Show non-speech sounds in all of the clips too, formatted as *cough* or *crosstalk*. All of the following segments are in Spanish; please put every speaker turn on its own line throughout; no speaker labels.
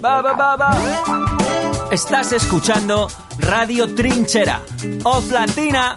Va, va, va, va. Estás escuchando Radio Trinchera, Off Latina.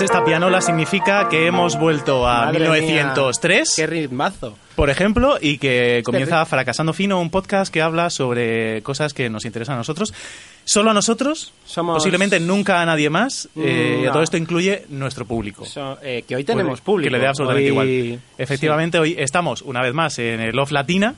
esta pianola significa que hemos vuelto a
Madre
1903,
Qué ritmazo.
por ejemplo, y que comienza Fracasando Fino, un podcast que habla sobre cosas que nos interesan a nosotros. Solo a nosotros,
Somos-
posiblemente nunca a nadie más. eh,
Mm,
y a todo
no.
esto incluye nuestro público.
So- eh, que hoy tenemos
Puede-
público.
Que le dé absolutamente
Hoy-
igual. Efectivamente, hoy estamos una vez más en el Off Latina.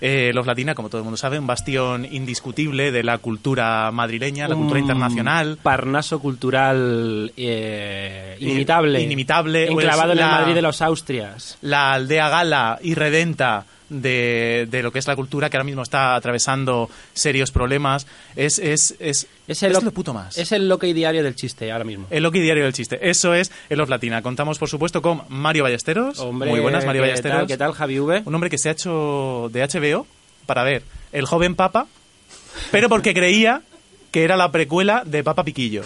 Eh, el Off Latina, como todo el mundo sabe, un bastión indiscutible de la cultura madrileña, la cultura
un
internacional.
Parnaso cultural eh, inimitable.
Inimitable.
Enclavado en el
La-
Madrid de los Austrias.
la aldea gala y redenta de, de lo que es la cultura que ahora mismo está atravesando serios problemas es es es, es lo puto más
Es el loque diario del chiste ahora mismo.
el Loki Diario del Chiste. Eso es el Off Latina. Contamos, por supuesto, con Mario Ballesteros.
Hombre,
Muy buenas, Mario
¿qué
Ballesteros.
tal- ¿Qué tal, Javi V?
Un hombre que se ha hecho de HBO para ver El Joven Papa, pero porque creía que era la precuela de Papa
*laughs*
Piquillo.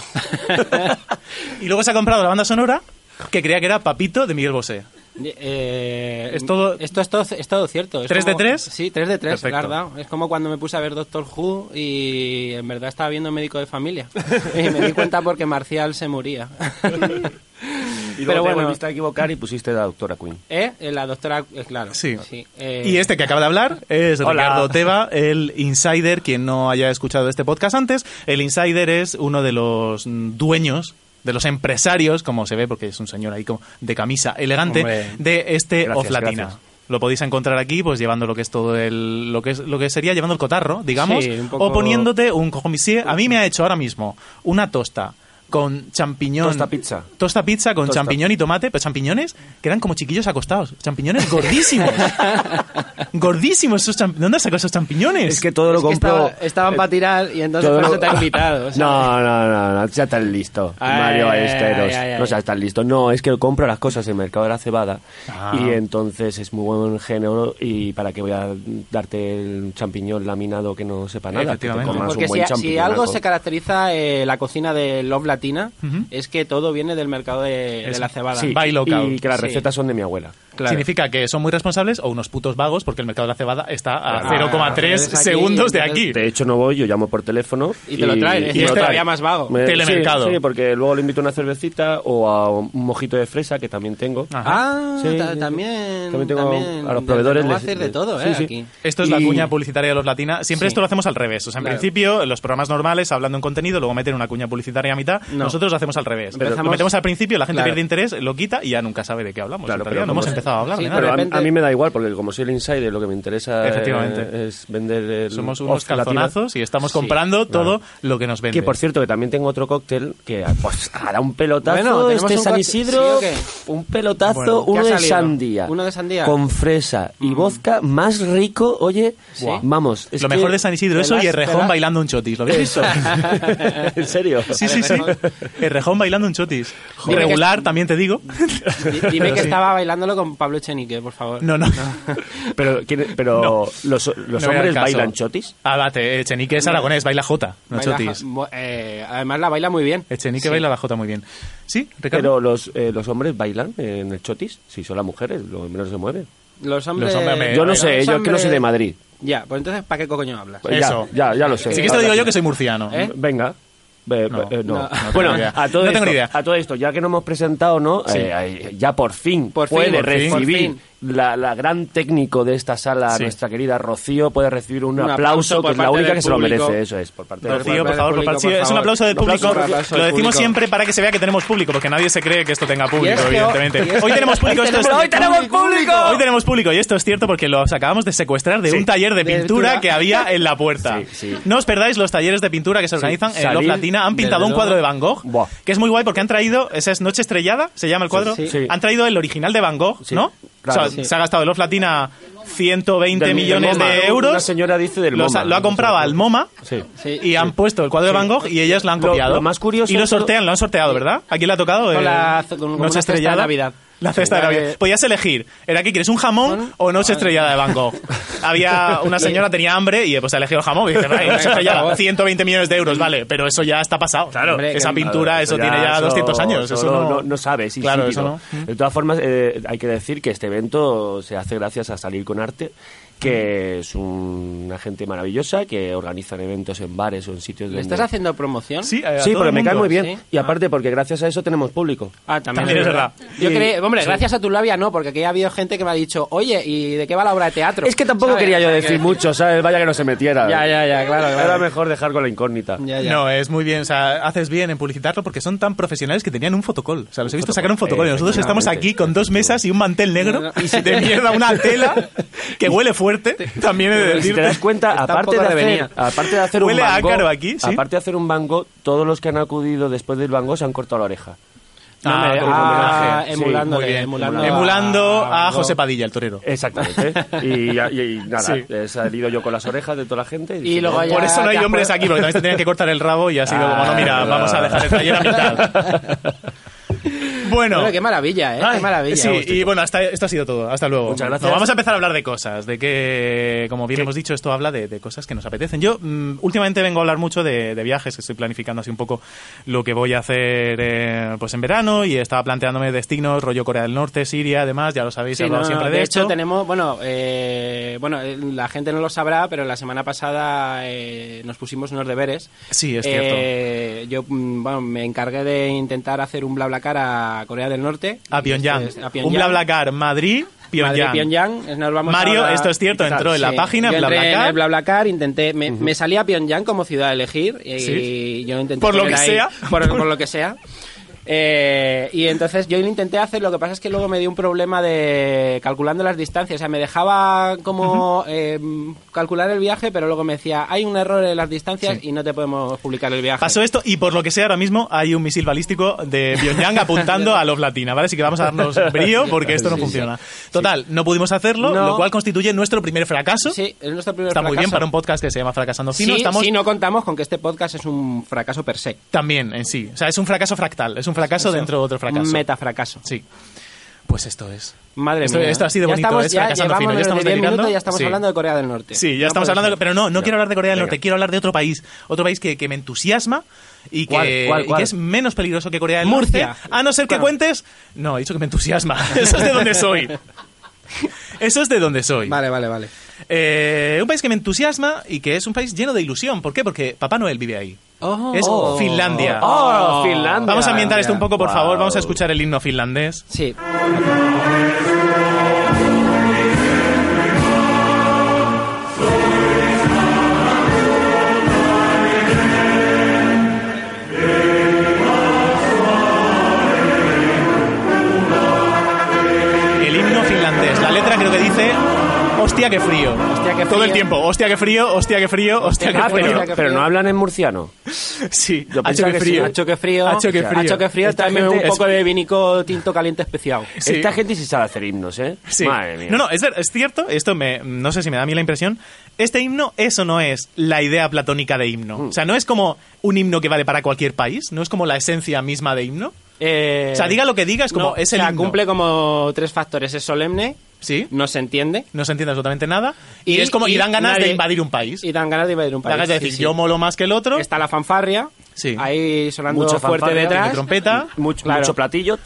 y luego se ha comprado la banda sonora que creía que era Papito de Miguel Bosé.
Eh,
Es todo-
esto es todo, es todo cierto. Es
¿Tres de
como-
tres?
Sí, 3 de 3,
Perfecto.
Es como cuando me puse a ver Doctor Who y en verdad estaba viendo Médico
*laughs*
de Familia. y me di cuenta porque Marcial se moría.
Y luego
Pero
te
bueno.
volviste a equivocar y pusiste la doctora Queen.
¿Eh? Eh, La doctora, eh, claro.
Sí.
eh,
Y este que acaba de hablar es
Hola.
Ricardo Teva, el insider, quien no haya escuchado este podcast antes. El insider es uno de los mm, dueños de los empresarios, como se ve, porque es un señor ahí como de camisa elegante,
Hombre.
de este
Gracias,
Off Latina.
gracias.
Lo podéis encontrar aquí, pues llevando lo que es todo el, lo que es, lo que sería llevando el cotarro, digamos,
Sí, un poco-
o poniéndote un comisier. A mí me ha hecho ahora mismo una tosta con champiñón.
Tosta pizza.
Tosta pizza con
Tosta.
champiñón y tomate, pero champiñones que eran como chiquillos acostados. Champiñones
*laughs*
gordísimos. gordísimos esos champiñones. ¿Dónde has sacado esos champiñones?
Es que todo lo
es que
compró.
estaba-
eh,
estaban para tirar y entonces
todo
por
lo-
eso
*laughs*
te ha
*laughs*
invitado. ¿sabes? Ah,
No, no, no, no, sea tan listo.
Ay,
Mario Ballesteros,
ay, ay, ay.
no seas tan listo. No, es que compra las cosas en Mercado de la Cebada
Ah.
y entonces es muy buen género y para qué voy a darte el champiñón laminado que no sepa nada. Que te
Efectivamente.
comas
Porque
un
si,
buen
si
champiñonaco.
algo se caracteriza eh, la cocina de Love Latina
Ujú.
es que todo viene del mercado de, de
Es-
la cebada.
Sí,
By local.
y que las
Sí.
recetas son de mi abuela.
claro.
Significa que son muy responsables o unos putos vagos porque el mercado de la cebada está a
Ah,
0,3
entonces aquí-
segundos de aquí.
De hecho, no voy, yo llamo por teléfono.
Y te lo traen, es
me lo
todavía
traen.
más vago.
Me-
Telemercado.
Sí, sí, porque luego le invito a una cervecita o a un mojito de fresa que también tengo.
Ajá.
Ah,
Sí,
ta-
sí, sí.
también,
También tengo
también,
a los proveedores
Tengo que
les-
hacer de todo,
sí,
¿eh?
sí.
*laughs*
Aquí.
Esto es la
Y-
cuña publicitaria de los latinas. Siempre
Sí.
esto lo hacemos al revés. O sea, en
Claro.
principio, los programas normales, hablando en contenido, luego meten una cuña publicitaria a mitad.
No.
Nosotros lo hacemos al revés. Lo
Empezamos-
metemos al principio, la gente
Claro.
pierde interés, lo quita y ya nunca sabe de qué hablamos.
Claro,
En realidad,
pero
no hemos
como-
empezado a hablar
Sí,
de nada.
Pero a,
repente-
a mí me da igual, porque como soy el insider, lo que me interesa eh,
Efectivamente.
es vender el
Somos
off
unos
Mm, latina.
calzonazos y estamos comprando todo lo que nos venden.
Que por cierto, que también tengo otro cóctel que pues, hará un pelotazo.
Bueno, tenemos
este
un
San
cóctel- ¿sí
Isidro,
o qué?
un pelotazo,
Bueno, ¿qué
uno
ha
de
salido?
sandía.
Uno de sandía. Mm.
Con fresa y vodka, más rico, oye,
Sí.
vamos. es
lo
que-
mejor de San Isidro,
te
eso
las-
y el
te
rejón
las-
bailando un chotis. ¿Lo habéis visto?
*laughs* ¿En serio?
Sí, sí, sí. El rejón bailando un chotis.
Dime que-
Regular, también te digo.
Di- Dime que estaba bailándolo con Pablo Echenique, por favor.
No, no.
Pero, ¿quién- pero
No.
los, los
No me da
hombres
caso.
bailan chotis.
Ah, bate, Echenique es aragonés, baila jota, no
Baila-
chotis.
mo- eh, además la baila muy bien.
Echenique
Sí.
baila la jota muy bien. ¿Sí, Ricardo?
Pero los, eh, los hombres bailan en el chotis. Si son las mujeres, lo menos se mueve.
Los hombres...
Los hombres me- Eh,
yo no
los
sé, yo que no soy de Madrid.
Ya, pues entonces, ¿para qué coño hablas?
Pues ya,
Eso.
Ya, ya, lo sé.
sí que esto lo digo yo que soy murciano.
¿Eh?
Venga. Eh,
No.
eh, no.
No. No
tengo
bueno,
ni idea.
a todo
No
esto,
tengo ni idea.
a todo esto, ya que no hemos presentado, ¿no?
Sí.
Eh, eh, ya por fin
Por fin,
puede
por fin.
recibir
Por fin.
La, la gran técnico de esta sala,
Sí.
nuestra querida Rocío, puede recibir un,
Un aplauso
aplauso,
por
que es la
parte
única
del
que se lo
público.
merece, eso es, por parte del
Rocío, por
del
favor, por
público,
parte- sí,
por
es un
favor.
aplauso del
Un aplauso,
público.
un aplauso
Lo
del
decimos
público.
siempre para que se vea que tenemos público, porque nadie se cree que esto tenga público,
es que-
evidentemente.
y es-
Hoy tenemos público, esto es-
¡Hoy tenemos público!
Hoy tenemos público y esto es cierto porque los acabamos de secuestrar de
Sí.
un taller de
De
pintura
pintura.
que había en la puerta.
Sí, sí.
No os perdáis los talleres de pintura que se organizan en Love
salir
Latina. Han pintado un
desde luego.
cuadro de Van Gogh,
Buah.
que es muy guay porque han traído, esa es Noche Estrellada, se llama el cuadro.
sí.
Sí.
Han traído el original de Van Gogh,
Sí,
¿no?
claro.
O sea, Se ha gastado en Love Latina 120
Del- del
millones
MoMA.
de
Una
euros.
señora dice del
Los ha-
MoMA.
lo ha comprado al MoMA
Sí.
Sí,
y han puesto el cuadro de Van Gogh y ellas la han
Lo-
copiado.
lo más curioso
y lo
es todo-
sortean, lo han sorteado, ¿verdad? ¿A quién le ha tocado?
Con la- con- con
Noche
una cesta de
Estrellada.
Navidad.
La cesta de
Sí, la
Navidad.
de-
Podías elegir, ¿era que quieres un jamón o noche estrellada de Van Gogh? Había una señora tenía hambre y eh, pues ha elegido el jamón y dice, "Ay, noche estrellada, 120 millones de euros, vale, pero eso ya está pasado. Claro,
Hombre,
esa
que-
pintura,
Ah,
eso tiene ya 200 años, eso
no,
no,
no- no sabe, sí,
Claro,
sí,
eso
no.
no. Mm.
De todas formas, eh, hay que decir que este evento se hace gracias a Salir con Arte,
Mm.
que es un- una gente maravillosa que organizan eventos en bares o en sitios
¿Le
donde-
estás haciendo promoción?
Sí, eh, a
Sí,
todo
porque
el
me cae
mundo.
muy bien.
sí.
Y aparte, porque gracias a eso tenemos público.
Ah, también,
También es verdad.
Yo
Y-
creo, hombre, gracias a tu labia no, porque aquí ha habido gente que me ha dicho, oye, ¿y de qué va la obra de teatro?
Es que tampoco
¿Sabes?
quería yo
O sea,
decir
que-
mucho, ¿sabes? Vaya que no se metiera.
Ya, ya, ya, claro,
Era
claro.
mejor dejar con la incógnita.
Ya, Ah, ya.
No, es muy bien, o sea, haces bien en publicitarlo porque son tan profesionales que tenían un fotocall. O sea, los he visto sacar un fotocall y nosotros estamos aquí con dos mesas y un mantel negro
Y si
de mierda, una tela que huele fuerte, también he de
Pero si te das
decirte.
cuenta,
Está un
aparte
poco
de, hacer,
revenida.
aparte de hacer un
Huele a
bango,
ácaro aquí, sí.
aparte de hacer un bango, todos los que han acudido después del bango se han cortado la oreja.
No me-
como
ah,
homenaje.
emulándole,
muy bien.
emulando
a,
a-
José Padilla, el
Eh,
torero.
Exactamente. y, y- y nada,
Sí.
he salido yo con las orejas de toda la gente.
Y luego ya-
Por eso no hay
te has
hombres
puesto-
aquí, porque también te tenían que cortar el rabo y ha sido
Ah,
como, no, mira,
verdad.
vamos a dejar el taller a mitad. Bueno.
Bueno, qué maravilla, ¿eh?
Ay,
qué maravilla.
Sí, y bueno, hasta, esto ha sido todo. Hasta luego.
Muchas gracias.
No, vamos a empezar a hablar de cosas, de que, como bien hemos dicho, esto habla de, de cosas que nos apetecen. Yo mm, últimamente vengo a hablar mucho de, de viajes, estoy planificando así un poco lo que voy a hacer eh, pues en verano y estaba planteándome destinos, rollo Corea del Norte, Siria, además, ya lo sabéis, he
Sí, no,
hablado
no,
siempre
de,
de,
hecho,
esto.
tenemos, bueno, eh, bueno, eh, la gente no lo sabrá, pero la semana pasada eh, nos pusimos unos deberes.
Sí, es
Eh, Yo mm, bueno, me encargué de intentar hacer un BlaBlaCar a Corea del Norte.
A Pyongyang.
Entonces, a
Un
Pyongyang.
BlaBlaCar, Madrid,
Madrid,
Pyongyang.
Pyongyang. eh, nos vamos
Mario,
ahora-
esto es cierto,
¿Qué tal?
entró en la página,
Yo entré
BlaBlaCar.
en el BlaBlaCar, intenté, me, me salía Pyongyang como ciudad a elegir y
Sí.
yo intenté
Por lo
poner
que
ahí-
sea. *laughs*
por, por lo que sea. Eh, y entonces yo lo intenté hacer, lo que pasa es que luego me dio un problema de calculando las distancias, o sea, me dejaba como eh, calcular el viaje, pero luego me decía, hay un error en las distancias y no te podemos publicar el viaje.
Pasó esto y por lo que sea ahora mismo hay un misil balístico de Pyongyang apuntando a los latinas, ¿vale? Así que vamos a darnos brío porque esto no funciona. Total, no pudimos hacerlo,
No.
lo cual constituye nuestro primer fracaso.
Sí, es nuestro primer
Está muy bien
fracaso.
para un podcast que se llama Fracasando
Sí,
Fino. Estamos
sí, no contamos con que este podcast es un fracaso per se.
también en sí. O sea, es un fracaso fractal, es un fracaso dentro de otro fracaso.
Un metafracaso.
Sí. Pues esto es.
Madre
Esto-
mía.
esto ha sido bonito,
ya estamos,
es
ya
fracasando
llevamos
fino, ya
menos
estamos
de 10
delirando.
minutos y ya estamos
Sí.
hablando de Corea del Norte.
Sí, ya
Este, No
estamos
puede
hablando,
ser.
de- pero no, no quiero hablar de Corea del
Venga.
Norte, quiero hablar de otro país, otro país que, que me entusiasma y que,
¿Cuál, cuál,
y que
cuál?
es menos peligroso que Corea del
Murcia.
Norte. A no ser que
Bueno.
cuentes... No, he dicho que me entusiasma, *laughs* eso es de donde soy. Eso es de donde soy.
Vale, vale, vale.
Eh, un país que me entusiasma y que es un país lleno de ilusión. ¿Por qué? Porque Papá Noel vive ahí.
Oh.
es
Oh.
Finlandia.
¡Oh, Finlandia!
Vamos a ambientar este esto un poco, por
Wow.
favor. Vamos a escuchar el himno finlandés.
Sí.
El himno finlandés. La letra creo que dice... Hostia, qué frío.
Hostia, qué
Todo el
frío.
tiempo. Hostia, qué frío. Hostia, qué frío. Hostia,
Hostia,
qué
Ah,
frío.
pero, pero no hablan en murciano.
Sí,
Yo
ha hecho
pensaba
que
que sí,
frío.
ha
Hacho que frío.
Hacho que frío.
Hacho que frío.
Esta
Tráeme un
gente-
poco de vinico tinto caliente especiado.
Sí.
Esta gente sí sabe hacer himnos, ¿eh?
Sí.
Madre mía.
No, no, es, ver- es cierto, esto me, no sé si me da a mí la impresión. Este himno, eso no es la idea platónica de himno.
Mm.
O sea, no es como un himno que vale para cualquier país, no es como la esencia misma de himno.
Eh,
O sea, diga lo que diga, es como,
no,
es
o
el
sea,
himno.
cumple como tres factores. Es solemne,
Sí,
no se entiende
no se entiende absolutamente nada. Y, es como, y, dan ganas de
nadie-
invadir un país.
Y dan ganas de invadir un país.
Dan ganas de
sí,
decir,
sí.
yo molo más que el otro.
Está la fanfarria.
Sí.
Ahí sonando
Mucha
fuerte
fanfarria,
detrás.
tiene trompeta,
Mucho,
Claro.
mucho platillo.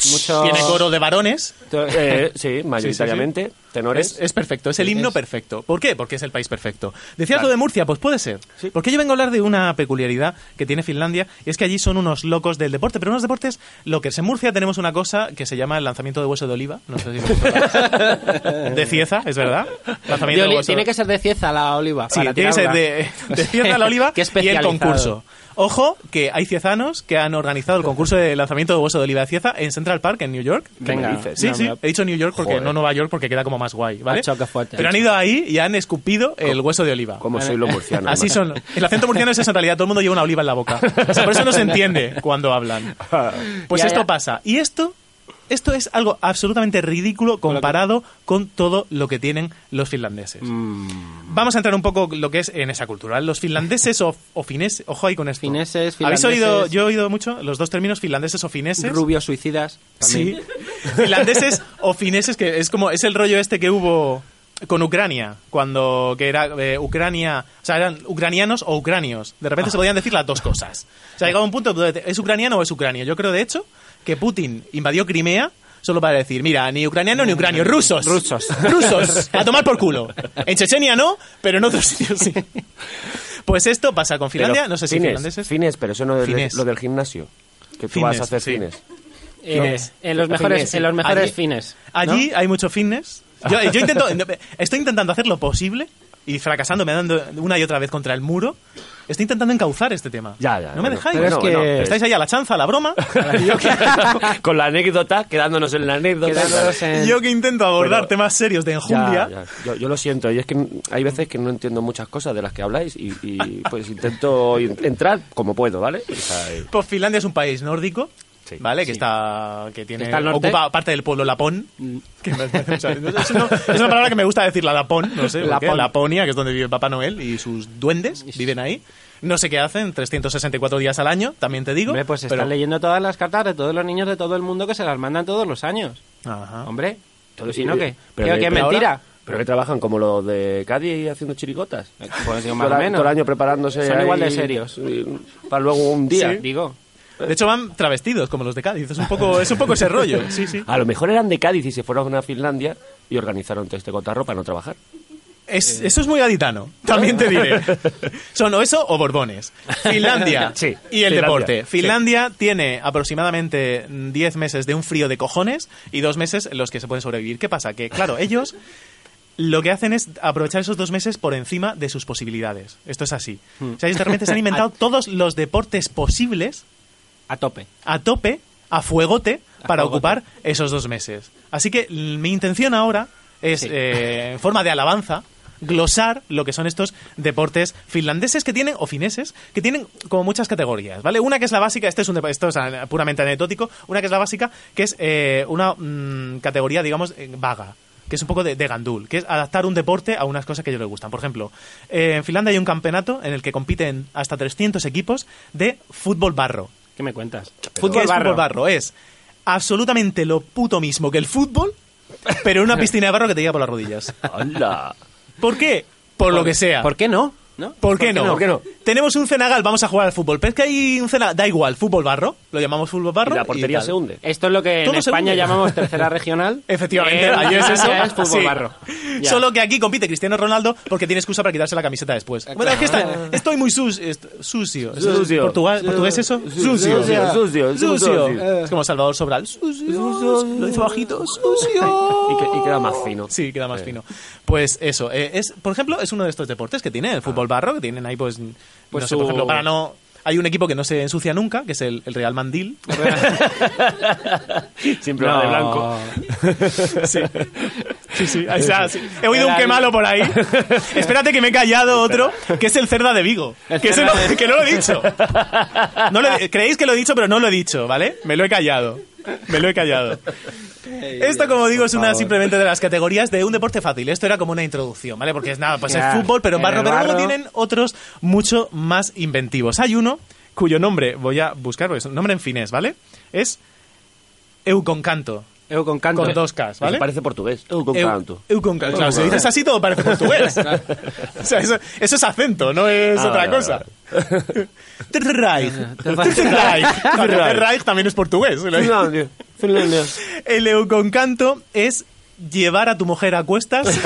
*laughs*
Mucho-
tiene coro de varones.
To-
Eh, sí, mayoritariamente. tenores.
Es, es perfecto, es el himno
Es-
perfecto. ¿Por qué? Porque es el país perfecto. Decía
Claro.
todo de Murcia, pues puede ser.
Sí.
Porque yo vengo a hablar de una peculiaridad que tiene Finlandia, y es que allí son unos locos del deporte, pero unos deportes lo que es en Murcia tenemos una cosa que se llama el lanzamiento de hueso de oliva, no sé si lo conocéis.
*laughs*
de cieza, es verdad. Lanzamiento
De
de
oli-
hueso-
tiene que ser de cieza la oliva.
Sí,
para
tiene que ser
tirarla.
de, *laughs* de Cieza la Oliva
*laughs* Qué
y el
especializado.
concurso. Ojo, que hay ciezanos que han organizado el concurso de lanzamiento de hueso de oliva de cieza en Central Park, en New York.
Venga,
me dices?
Sí,
no,
sí,
me-
he dicho New York porque
Joder.
no Nueva York porque queda como más guay, ¿vale?
Ah, choca fuerte.
Pero han ido ahí y han escupido el hueso de oliva.
Como soy lo murciano.
Así son. El acento murciano es esa realidad, todo el mundo lleva una oliva en la boca. O sea, por eso no se entiende cuando hablan.
*laughs*
Pues
Ya,
esto
ya.
pasa. Y esto, esto es algo absolutamente ridículo comparado con todo lo que tienen los finlandeses.
Mm.
Vamos a entrar un poco lo que es en esa cultura. Los finlandeses o, o fines, ojo ahí con esto.
Fineses,
¿Habéis
finlandeses.
oído, yo he oído mucho los dos términos finlandeses o fineses?
Rubios suicidas.
Sí.
también.
Finlandeses o fineses, que es como, es el rollo este que hubo con Ucrania, cuando que era eh, Ucrania, o sea, eran ucranianos o ucranios. De repente se podían decir las dos cosas. O sea, llegaba un punto donde es ucraniano o es ucranio. Yo creo, de hecho, que Putin invadió Crimea solo para decir, mira, ni ucraniano ni ucranio, rusos. Rusos. *laughs* Rusos. A tomar por culo. En Chechenia no, pero en otros sitios sí. Pues esto pasa con Finlandia, no sé si
fines,
finlandeses.
Fines, pero eso no es
Fines.
lo del gimnasio. Que tú
Fines,
vas a hacer
sí.
fines.
Eh,
Fines.
en los mejores,
Fines, sí.
en los mejores
Allí-
fines. ¿no?
Allí hay mucho fitness. Yo, yo
*laughs*
intento, estoy intentando hacer lo posible y fracasando, me dando una y otra vez contra el muro. Estoy intentando encauzar este tema.
Ya, ya.
No me
bueno,
dejáis.
bueno,
Pero es
bueno,
que-
Estáis ahí a la chanza, a la
*laughs*
broma. *laughs*
Con la anécdota, quedándonos en la anécdota.
Quedándonos en-
yo que intento abordar
Pero-
temas serios de enjundia.
Ya, ya. Yo, yo lo siento, y es que n- hay veces que no entiendo muchas cosas de las que habláis y, y, pues intento en- entrar como puedo, ¿vale? O sea, eh,
Pues Finlandia es un país nórdico.
Sí.
¿Vale? Que está. que tiene.
Está al norte. Mm.
ocupa parte del pueblo Lapón. que me- o sea, no sé, es, una, es una palabra que me gusta decir, la Lapón. No sé. por
Lapón.
qué. Laponia, que es donde vive Papá Noel y sus duendes viven ahí. No sé qué hacen, 364 días al año, también te digo.
Hombre, pues están
pero-
leyendo todas las cartas de todos los niños de todo el mundo que se las mandan todos los años.
Ajá.
Hombre,
todo-
si no,
eh,
¿qué?
pero
¿Qué-
que-
qué
pero
mentira?
ahora- pero que trabajan como los de Cádiz haciendo chirigotas.
Pues digo, más
Todo,
o
el-
menos.
todo el año preparándose.
Son igual
ahí,
de serios.
eh, Para luego un día.
Sí, Digo,
De hecho van travestidos, como los de Cádiz. Es un poco, es un poco ese
*laughs*
rollo. Sí, sí.
A lo mejor eran de Cádiz y se fueron a Finlandia y organizaron todo este cotarro para no trabajar.
Es- eso es muy gaditano, también te
*laughs*
diré. Son o eso o borbones. Finlandia
Sí,
y el
Finlandia,
deporte.
sí.
Finlandia tiene aproximadamente mm, 10 meses de un frío de cojones y dos meses en los que se pueden sobrevivir. ¿Qué pasa? Que,
*laughs*
claro, ellos lo que hacen es aprovechar esos dos meses por encima de sus posibilidades. Esto es así.
Hmm.
O sea, ellos de repente se han
*laughs*
inventado todos los deportes posibles
a tope.
a tope, a fuegote,
A
para
fuegote.
ocupar esos dos meses. Así que l- mi intención ahora es,
Sí.
eh, en forma de alabanza, glosar lo que son estos deportes finlandeses que tienen, o fineses, que tienen como muchas categorías, ¿vale? Una que es la básica, este es un dep- esto es an- puramente anecdótico, una que es la básica, que es eh, una mm, categoría, digamos, eh, vaga. Que es un poco de, de gandul, que es adaptar un deporte a unas cosas que a ellos les gustan. Por ejemplo, eh, en Finlandia hay un campeonato en el que compiten hasta 300 equipos de fútbol barro.
¿Qué me cuentas?
¿Qué es fútbol barro? Es absolutamente lo puto mismo que el fútbol, pero en una piscina de barro que te llega por las rodillas.
¡Hala!
*laughs*
¿Por qué? Por lo que sea.
¿Por qué no? ¿No?
¿Por qué no?
¿Por qué no?
Tenemos un cenagal, vamos a jugar al fútbol. Pero es que hay un cenagal, da igual, fútbol barro, lo llamamos fútbol barro.
Y la
y
portería
tal.
se hunde.
Esto es lo que en
Todo se
España
hunde.
llamamos tercera regional.
*laughs* Efectivamente,
Eh,
*laughs*
ahí
*laughs*
es eso.
Es fútbol
Sí.
barro. Ya.
Solo que aquí compite Cristiano Ronaldo porque tiene excusa para quitarse la camiseta después. Bueno, es que está- estoy muy sus- est- sucio. ¿Eso es
Eh, Sucio.
portugal- ¿Portugués eso? Sucio.
Sucio, sucio,
Sucio.
sucio. Eh.
Es como Salvador Sobral. Sucio.
Sucio.
Lo hizo bajito. Sucio.
*laughs* Y, que- y queda más fino.
Sí, queda más fino. Pues eso, eh, es, por ejemplo, es uno de estos deportes que tiene el fútbol barro, que tienen ahí pues,
Ah. Pues
no sé, por
su-
ejemplo, para no... Hay un equipo que no se ensucia nunca, que es el, el Real Mandil.
Siempre va de blanco.
Sí, sí, sí. ahí está, sí. He oído un qué malo por ahí. Espérate que me he callado otro, que es el Cerda de Vigo. Que, ese no, que no lo he dicho. No lo he- creéis que lo he dicho, pero no lo he dicho, ¿vale? Me lo he callado. Me lo he callado. Esto, como digo, es una simplemente de las categorías de un deporte fácil. Esto era como una introducción, ¿vale? Porque es nada, pues
Ya,
es fútbol, pero en
en
barro.
el
Pero luego
barro.
tienen otros mucho más inventivos. Hay uno cuyo nombre voy a buscar, porque es un nombre en finés, ¿vale? Es Euconcanto,
Eu con canto.
con dos Ks,
¿Vale?
¿vale? Eh,
Parece portugués. Uh, con
Eu-
canto.
Euconcanto. Claro, si dices así todo parece *laughs* portugués. o sea, eso, eso es acento, no es
Ah,
otra
vale,
cosa. Tercer Reich. Tercer Reich. Tercer Reich también es portugués.
Finlandia. Finlandia.
El euconcanto es llevar a tu mujer a *laughs* cuestas.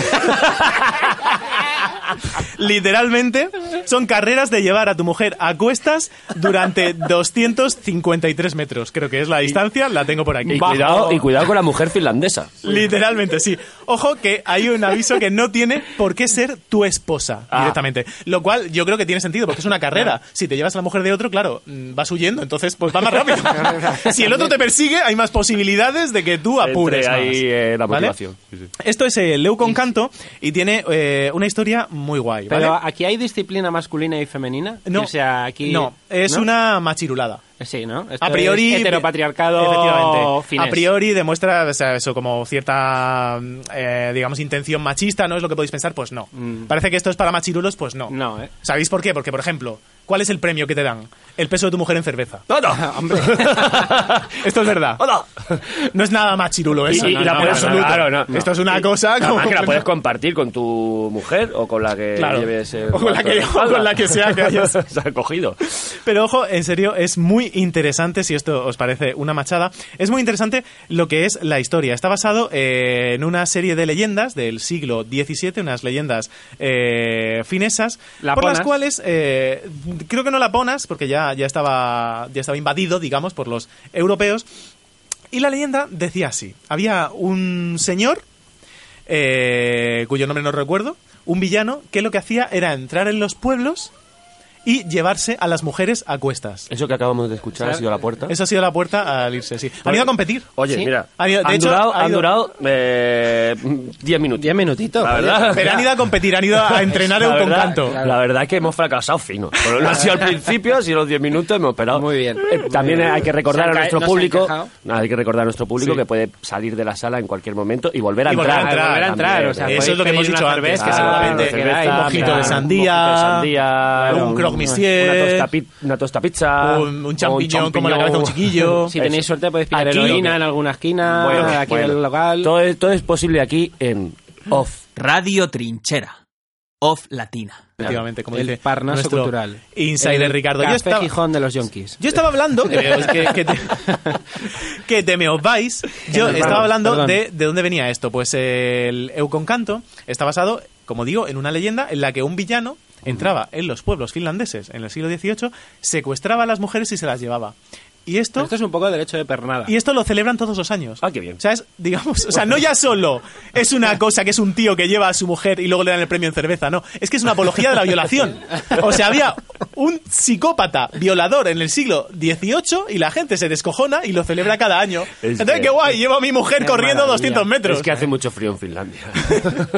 Literalmente, son carreras de llevar a tu mujer a cuestas durante 253 metros. Creo que es la distancia, la tengo por aquí.
Y cuidado, y cuidado con la mujer finlandesa.
Literalmente, sí. Ojo que hay un aviso que no tiene por qué ser tu esposa
Ah.
directamente. Lo cual yo creo que tiene sentido, porque es una carrera. Si te llevas a la mujer de otro, claro, mm, vas huyendo, entonces pues va más
*laughs*
rápido. si el otro te persigue, hay más posibilidades de que tú apures.
Entre
más.
ahí eh, la
¿Vale?
motivación. Sí, sí.
Esto es eh, Leu con canto y tiene eh, una historia muy guay. ¿vale?
Pero aquí hay disciplina masculina y femenina.
no,
O sea, aquí.
no, es
¿no?
una machirulada.
Sí, ¿no? Esto
A priori.
es heteropatriarcado.
Efectivamente.
finés.
A priori demuestra o sea, eso como cierta, mm, eh, digamos, intención machista, ¿no? Es lo que podéis pensar, pues no.
Mm.
Parece que esto es para machirulos, pues no.
No, ¿eh?
¿Sabéis por qué? Porque, por ejemplo, ¿cuál es el premio que te dan? El peso de tu mujer en
*laughs*
cerveza. *laughs*
Hombre.
Esto es verdad. No es nada machirulo eso.
Y- y
no,
la
no,
puedes-
en absoluto.
claro, no, no.
Esto es una cosa
Nada
*laughs*
más
como-
que la puedes compartir con tu mujer o con la que
Claro.
lleves el
O con la que-
brazo de
o con la que sea que hayas-
*laughs* Se ha cogido.
Pero ojo, en serio, es muy interesante, si esto os parece una machada, es muy interesante lo que es la historia. Está basado eh, en una serie de leyendas del siglo XVII, unas leyendas eh, finesas, por
Laponas.
las cuales eh, creo que no laponas, porque ya, ya, estaba, ya estaba invadido, digamos, por los europeos. Y la leyenda decía así, había un señor eh, cuyo nombre no recuerdo, un villano que lo que hacía era entrar en los pueblos y llevarse a las mujeres a cuestas.
Eso que acabamos de escuchar ha sido la puerta.
Eso ha sido la puerta al irse, sí. Han ido a competir.
Oye,
Sí.
mira,
Ha ido- de
han,
hecho,
durado,
ha
han
ido-
durado eh, 10 minutos.
Diez minutitos.
La
joder.
verdad.
Pero han ido a competir, han ido a entrenar
La
el
verdad-
canto.
La verdad es que hemos fracasado fino. Pero no ha sido al principio, sino los 10 minutos hemos operado.
Muy bien.
Eh, también
Muy bien.
hay que recordar
Se
a
han
nuestro
ca- no se han
público,
quejado.
hay que recordar a nuestro público
Sí.
que puede salir de la sala en cualquier momento y volver a
Y volver
entrar.
a entrar.
Volver a entrar,
También,
o sea,
eh,
Eso es lo que hemos
Podéis pedir
dicho
una
antes, que
cerveza,
seguramente
una cerveza,
un mojito de
claro,
sandía,
un mojito de sandía,
un croque monsieur,
una tosta, pi- una tosta pizza,
un, un champiñón como la cabeza de un chiquillo.
Si tenéis
Eso.
suerte podéis pillar
Aquí-
heroína en alguna esquina,
Bueno,
aquí en
bueno.
el local.
Todo es, todo es posible aquí en Off.
Radio Trinchera. Off Latina.
Efectivamente, como
El
dice
Parnaso
nuestro
cultural.
Insider
el
Ricardo. Yo
Café
estaba-
Gijón de los Yonkis.
Yo estaba *laughs* hablando, que, veo que, que te, que te me os vais, yo
nos
estaba
vamos,
hablando
perdón.
de, de dónde venía esto. Pues el Euconcanto está basado, como digo, en una leyenda en la que un villano entraba en los pueblos finlandeses en el siglo XVIII, secuestraba a las mujeres y se las llevaba. Y esto,
Esto es un poco derecho de pernada.
y esto lo celebran todos los años.
Ah, qué bien.
O sea, es, digamos, o sea, no ya solo es una cosa que es un tío que lleva a su mujer y luego le dan el premio en cerveza, no. Es que es una apología de la violación. O sea, había un psicópata violador en el siglo XVIII y la gente se descojona y lo celebra cada año.
Es
Entonces,
que-
qué guay, llevo a mi mujer corriendo 200 metros.
Es que hace mucho frío en Finlandia. *laughs*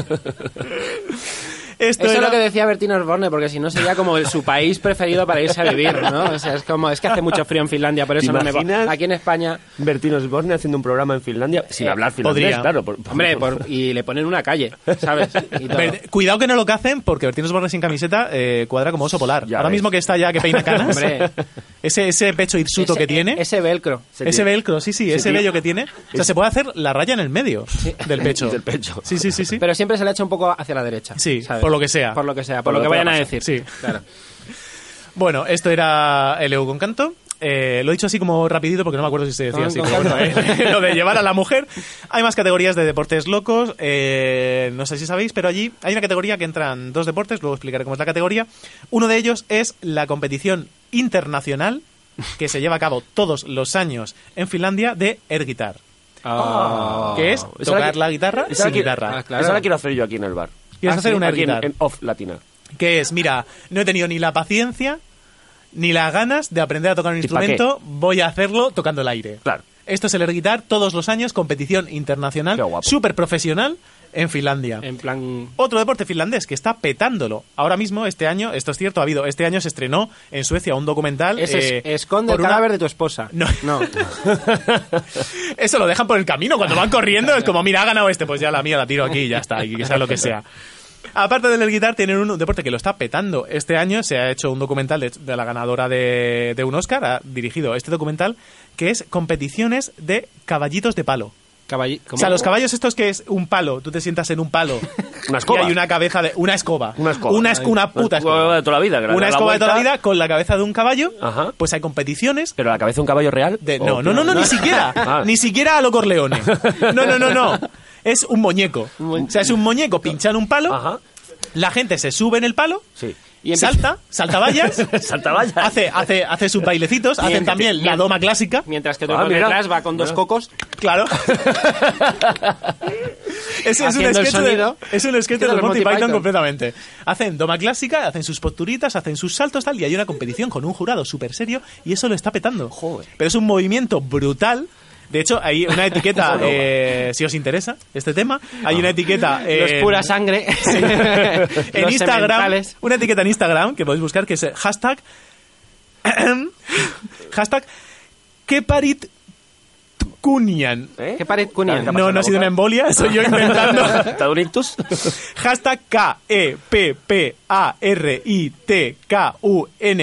Esto
Eso es
era-
lo que decía Bertino Osborne, porque si no sería como el- su país preferido para irse a vivir, ¿no? O sea, es como, es que hace mucho frío en Finlandia, por
¿Te
eso no me
imaginas?
voy. Aquí en España,
Bertino Osborne haciendo un programa en Finlandia sin hablar finlandés,
Eh, podría.
claro. por- por-
hombre, por- y le ponen una calle, ¿sabes?
*laughs*
Y todo.
Verde- Cuidado que no lo que hacen, porque Bertino Osborne sin camiseta eh, cuadra como oso polar.
Ya
Ahora
ves.
mismo que está ya que peina canas,
Hombre.
ese, ese pecho hirsuto
Ese-
que tiene. ¿Eh?
Ese velcro.
Se
ese
tiene-
velcro, sí, sí, ese
tiene-
vello que tiene. O sea, se puede hacer la raya en el medio del pecho.
Del pecho.
Sí, sí, sí, sí.
Pero siempre se le echa un poco hacia la derecha.
Sí,
¿sabes?
por lo que sea.
Por lo que sea, por, lo, que,
pueda
vayan a
pasar.
decir.
Sí.
Claro.
Bueno, esto era el EU con canto. Eh, lo he dicho así como rapidito porque no me acuerdo si se decía
Con-
así.
con
pero bueno,
canto.
eh, *laughs* lo de llevar a la mujer. Hay más categorías de deportes locos. eh, no sé si sabéis, pero allí hay una categoría que entran dos deportes. Luego explicaré cómo es la categoría. Uno de ellos es la competición internacional que se lleva a cabo todos los años en Finlandia de air guitar, que es
Esa la
tocar
que-
la guitarra
esa la
sin
que-
guitarra.
Ah, claro.
Esa la quiero hacer yo aquí en el bar.
¿Quieres hacer una air
Aquí en,
guitar?
en Off Latina.
que es, mira, no he tenido ni la paciencia ni las ganas de aprender a tocar un
¿Y pa' qué?
instrumento, voy a hacerlo tocando el aire.
Claro.
Esto es el air guitar todos los años, competición internacional,
Qué guapo.
súper profesional en Finlandia.
En plan...
Otro deporte finlandés que está petándolo. Ahora mismo, este año, esto es cierto, ha habido, este año se estrenó en Suecia un documental.
Es,
eh,
es- esconde el
por una-
cadáver de tu esposa.
No.
no.
*laughs* Eso lo dejan por el camino. Cuando van corriendo es como, mira, ha ganado este. Pues ya la mía la tiro aquí y ya está. Y que sea lo que sea. Aparte del guitar, tienen un, un deporte que lo está petando. Este año se ha hecho un documental de, de la ganadora de, de un Oscar. Ha dirigido este documental que es competiciones de caballitos de palo.
Caballi-
O
¿cómo?
sea, los caballos estos que es un palo. Tú te sientas en un palo.
*laughs* Una escoba.
Y hay una cabeza de... Una escoba.
Una escoba.
Una, esco- una puta
Una escoba
escoba.
de toda la vida, que la-
Una
la
escoba de toda la
vuelta-
vida con la cabeza de un caballo.
Ajá.
Pues hay competiciones
¿Pero la cabeza de un caballo real?
de-
¿O *laughs*
no,
qué?
no, no, no, ni siquiera.
Ah.
Ni siquiera a lo Corleone. No, no, no, no. es un muñeco. O sea, es un muñeco pinchado en un palo.
Ajá.
La gente se sube en el palo,
Sí.
Y empieza-
salta, salta
*laughs*
vallas,
Saltavallas.
hace, hace, hace sus bailecitos, hacen
empieza- em-
también la doma clásica,
Mientras que tú
Ah,
por
mira.
detrás va con dos
Mira.
cocos. *laughs*
claro. Ese es, un
Haciendo el
sketch de-
sonido.
es un sketch de los
Haciendo el
Monty
Monty
Python,
Python.
completamente. Hacen doma clásica, hacen sus posturitas, hacen sus saltos, tal, y hay una competición con un jurado súper serio y eso lo está petando.
Joder.
Pero es un movimiento brutal. De hecho, hay una
*laughs*
etiqueta, eh, si os interesa este tema, hay una etiqueta...
Ah. los
eh,
pura sangre.
*laughs* en
*laughs* Los
Instagram,
sementales.
una etiqueta en Instagram que podéis buscar que es eh, hashtag *clears throat* hashtag que parit cunian.
¿Eh? *laughs*
¿Qué pared Cunian?
¿Te ha pasado
No, no
la
ha sido
boca?
una embolia, soy
*laughs*
yo inventando.
¿Te ha dado un ictus?
Hashtag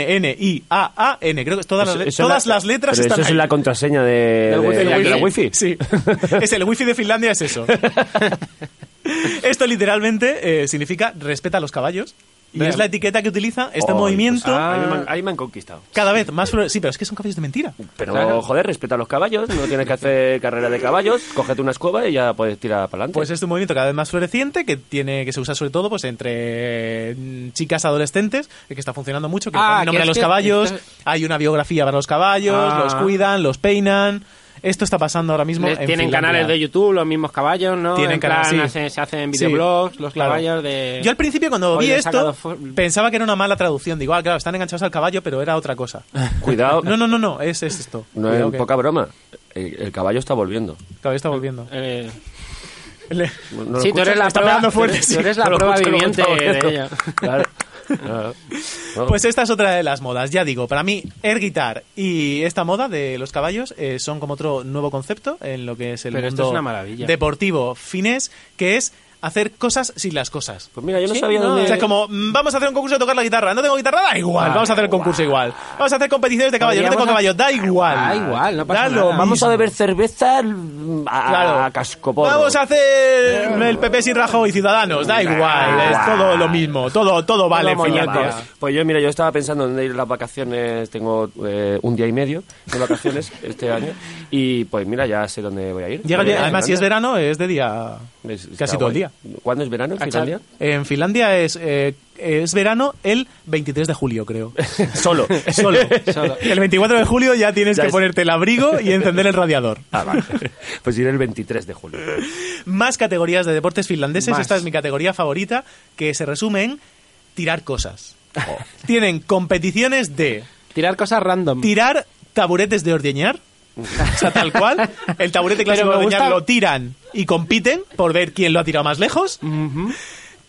K-E-P-P-A-R-I-T-K-U-N-N-I-A-A-N. Creo que es todas las, le-
Eso es
todas
la-
las letras
pero
están
Eso es
ahí.
la contraseña de,
Del
de-
wifi.
de la
Del
wifi. *laughs*
Sí. Es el wifi de Finlandia, es eso. Esto literalmente eh, significa respeta a los caballos. Y
Vean.
es la etiqueta que utiliza este
Oh,
movimiento.
pues, ahí, me han, ahí me han conquistado.
Cada vez más. pro- Sí, pero es que son caballos de mentira.
Pero,
Claro.
joder, respeta a los caballos, no tienes que hacer *laughs* carrera de caballos, cógete una escoba y ya puedes tirar para adelante.
Pues es un movimiento cada vez más floreciente que tiene que se usa sobre todo pues entre mm, chicas adolescentes, eh, que está funcionando mucho, que
Ah,
ponen
que
nombre a
es
los
que-
caballos, hay una biografía para los caballos,
Ah.
los cuidan, los peinan. Esto está pasando ahora mismo.
Le-
en
tienen
Finlandia.
canales de YouTube, los mismos caballos, ¿no?
Tienen
En
canales,
plan,
sí.
hacen- se hacen
Sí,
videoblogs, los
claro.
caballos de...
Yo al principio cuando
Oye,
vi
he
esto
sacado fo-
pensaba que era una mala traducción. Digo, ah, claro, están enganchados al caballo, pero era otra cosa.
*laughs* Cuidado,
*laughs* No, no, no, no, es, es esto.
no
Cuidado
es
que-
poca broma. El, el caballo está volviendo.
El caballo está
*laughs*
volviendo.
Eh,
Le-
¿No lo
sí, tú
escuchas?
eres la
Está
prueba,
pegando fuerte,
*laughs* tú-
sí.
tú eres la
No lo
prueba
escucho,
viviente
no lo
de
escucho.
ella. *laughs*
Claro. Claro. No.
Pues esta es otra de las modas. Ya digo, para mí, air guitar y esta moda de los caballos eh, son como otro nuevo concepto en lo que es el
Pero esto
mundo
es una maravilla.
deportivo finés, que es hacer cosas sin las cosas.
Pues mira, yo no
Sí,
sabía
no,
dónde...
O sea, es como, mm, vamos a hacer un concurso de tocar la guitarra. No tengo guitarra, da igual.
Ah,
vamos a hacer el
guau.
concurso igual. Vamos a hacer competiciones de caballos. No tengo caballos,
Podríamos
da igual.
Da igual, no pasa
Da lo
nada.
mismo.
Vamos a beber cerveza mm, a,
Claro.
a cascoporro.
Vamos a hacer el PP sin Rajoy y Ciudadanos. Da igual. Es todo lo mismo. Todo, todo vale. en
Vamos,
Finlandia.
vamos. Pues yo, mira, yo estaba pensando en ir las vacaciones. Tengo eh, un día y medio de vacaciones este año. Y pues mira, ya sé dónde voy a ir.
Llega el
Voy a
día-
ir a
además, si es
Finlandia.
verano, es de día
Es- está
casi todo el
guay.
día.
¿Cuándo es verano en Finlandia?
En Finlandia es, eh, es verano el 23 de julio,
*laughs*
creo. *laughs*
Solo.
Solo. El 24 de julio ya tienes
Ya
que
es-
ponerte el abrigo y encender el radiador.
Ah, vale. *laughs* Pues iré el 23 de julio.
Ah, Más categorías de deportes finlandeses.
Más.
Esta es mi categoría favorita, que se resume en tirar cosas.
Oh.
Tienen competiciones de
Tirar cosas random.
tirar taburetes de ordeñar. O sea, tal cual. El taburete clásico de
*laughs* Pero me
ordeñar
gusta-
lo tiran y compiten por ver quién lo ha tirado más lejos.
Ujú.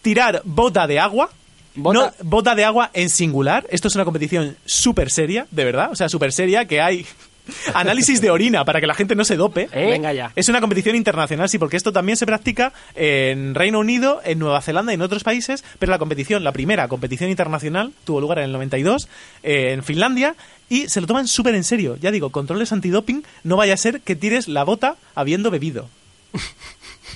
tirar bota de agua.
Bota-
No, bota de agua en singular. Esto es una competición súper seria, de verdad. O sea, súper seria que hay *laughs* análisis de orina para que la gente no se dope.
¿Eh?
Venga ya.
Es una competición internacional, sí, porque esto también se practica en Reino Unido, en Nueva Zelanda y en otros países, pero la competición, la primera competición internacional, tuvo lugar en el 92, eh, en Finlandia, y se lo toman súper en serio. Ya digo, controles antidoping, no vaya a ser que tires la bota habiendo bebido.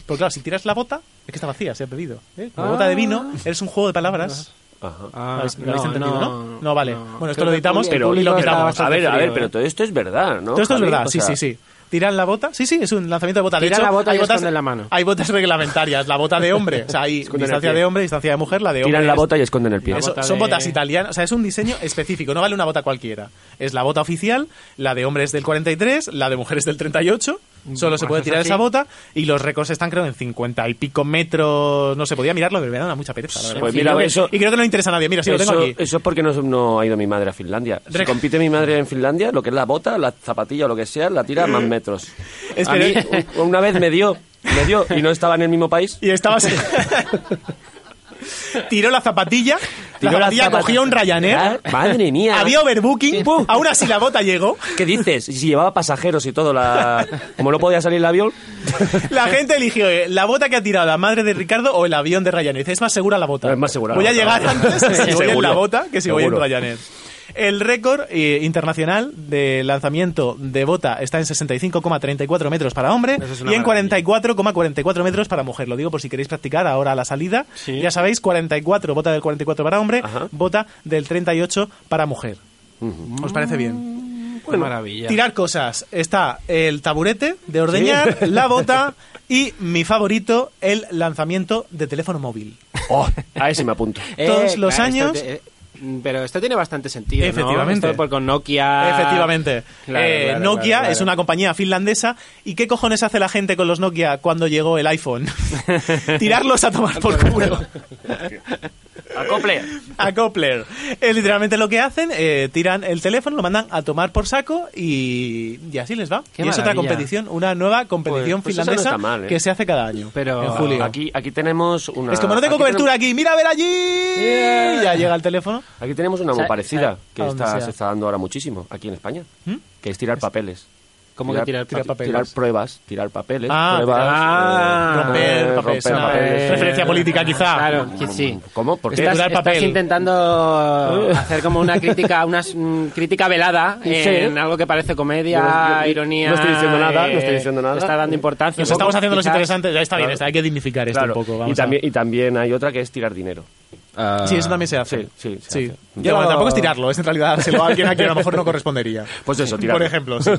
Porque claro, si tiras la bota, es que está vacía, se ha bebido. ¿eh? Como bota de vino, eres un juego de palabras.
Ajá.
Ah,
¿Lo habéis, lo habéis entendido, no? No, vale. Bueno, esto
Creo
lo
que
editamos
el público-
pero-
el
y lo
público está
quitamos.
A
bastante
ver, a
frío,
ver,
¿eh?
pero todo esto es verdad, ¿no?
Todo esto es
Javi?
verdad,
O
sí,
sea,
sí, sí. Tiran la bota, sí, sí, es un lanzamiento de bota. De
Tiran
hecho,
la bota
hay
y
botas,
esconden la mano.
Hay botas reglamentarias, la bota de hombre. O sea, hay
*laughs* Esconden el
distancia
pie.
de hombre, distancia de mujer, la de hombre.
Tiran la
es-
bota y esconden el pie.
Eso,
bota
son
de-
botas italianas, o sea, es un diseño específico, no vale una bota cualquiera. Es la bota oficial, la de hombres del 43, la de mujeres del 38, solo se
Bueno,
puede
eso
tirar
sí.
esa bota y los récords están creo en 50 y pico metros, no se podía mirarlo, pero me da mucha pereza. la verdad.
Pues
Y
mira,
creo que-
eso-
y creo que no le interesa a nadie, mira, si lo
eso,
tengo aquí.
eso es porque no, no ha ido mi madre a Finlandia. Si
Re-
compite mi madre en Finlandia, lo que es la bota, la zapatilla o lo que sea, la tira a más
*laughs*
metros.
Es
a mí,
que-
u- una vez me dio, me dio y no estaba en el mismo país.
Y *laughs* estabas... Tiró la zapatilla,
Tiró
la
la
zapatilla
zapata-
cogió un Ryanair,
Ah,
*laughs*
Madre mía.
había overbooking,
Pum.
aún así la bota llegó.
¿Qué dices? Si llevaba pasajeros y
*laughs*
todo, la... como no podía salir el avión.
La gente eligió eh, la bota que ha tirado la madre de Ricardo o el avión de Ryanair. Dice, es más segura la bota.
Es más segura la
Voy a
bota. *laughs*
llegar antes si voy en
Seguro.
la bota que si voy en
Seguro.
Ryanair. El récord eh, internacional de lanzamiento de bota está en 65,34 metros para hombre
Eso es una
y en
maravilla.
44,44 metros para mujer. Lo digo por si queréis practicar ahora a la salida.
Sí.
Ya sabéis, 44, bota del 44 para hombre,
Ajá.
bota del 38 para mujer. ¿Os parece bien? Bueno,
maravilla.
Tirar cosas. Está el taburete de ordeñar, la bota y mi favorito, el lanzamiento de teléfono móvil.
Oh, a ese me apunto.
Todos los
claro, esto
años-
te- eh, pero esto tiene bastante sentido, ¿no?
Efectivamente.
Esto por- con
Ah,
Nokia...
Efectivamente.
Claro,
Eh,
claro,
Nokia
claro, claro.
es una compañía finlandesa. ¿Y qué cojones hace la gente con los Nokia cuando llegó el
*laughs*
iPhone? Tirarlos a tomar por culo.
*laughs* Acople.
A Coupler. Es literalmente lo que hacen. eh, tiran el teléfono, lo mandan a tomar por saco y, y así les va.
Qué
y es otra
maravilla.
competición, una nueva competición
Pues- pues eso no
finlandesa
está mal, ¿eh?
que se hace cada año.
Pero-
en julio.
Aquí, aquí tenemos una.
es como no tengo
aquí
cobertura
tenem-
aquí, mira a ver allí. Ya llega el teléfono.
aquí tenemos una muy
Sa-
parecida que
a donde
está,
sea.
se está dando ahora muchísimo aquí en España,
¿Mm?
que es tirar papeles.
¿Cómo que tirar
pa-
papeles?
Tirar pruebas, tirar papeles.
Ah,
pruebas,
ah,
eh,
romper papeles.
romper
ah,
papeles.
Referencia política quizá.
Claro, que sí.
¿Cómo? ¿Por qué?
Estás,
Durar
estás
papel.
*laughs*
intentando hacer como una crítica, una mm, crítica velada
Sí.
en algo que parece comedia,
Yo- yo- yo-
ironía.
no estoy diciendo nada,
eh,
no estoy diciendo nada.
Está dando importancia.
Nos estamos haciendo los
Quizás-
interesantes. Ya está bien, está, hay que dignificar esto
Claro.
un Este poco.
y,
vamos a-
también, y también hay otra que es tirar dinero.
Sí, eso también se hace.
Ah, sí, sí, se hace.
Ya, bueno, tampoco es tirarlo, es en realidad dárselo a alguien a quien a lo mejor no correspondería.
*laughs* Pues eso,
Por
tirarlo.
ejemplo,
*laughs*
sí.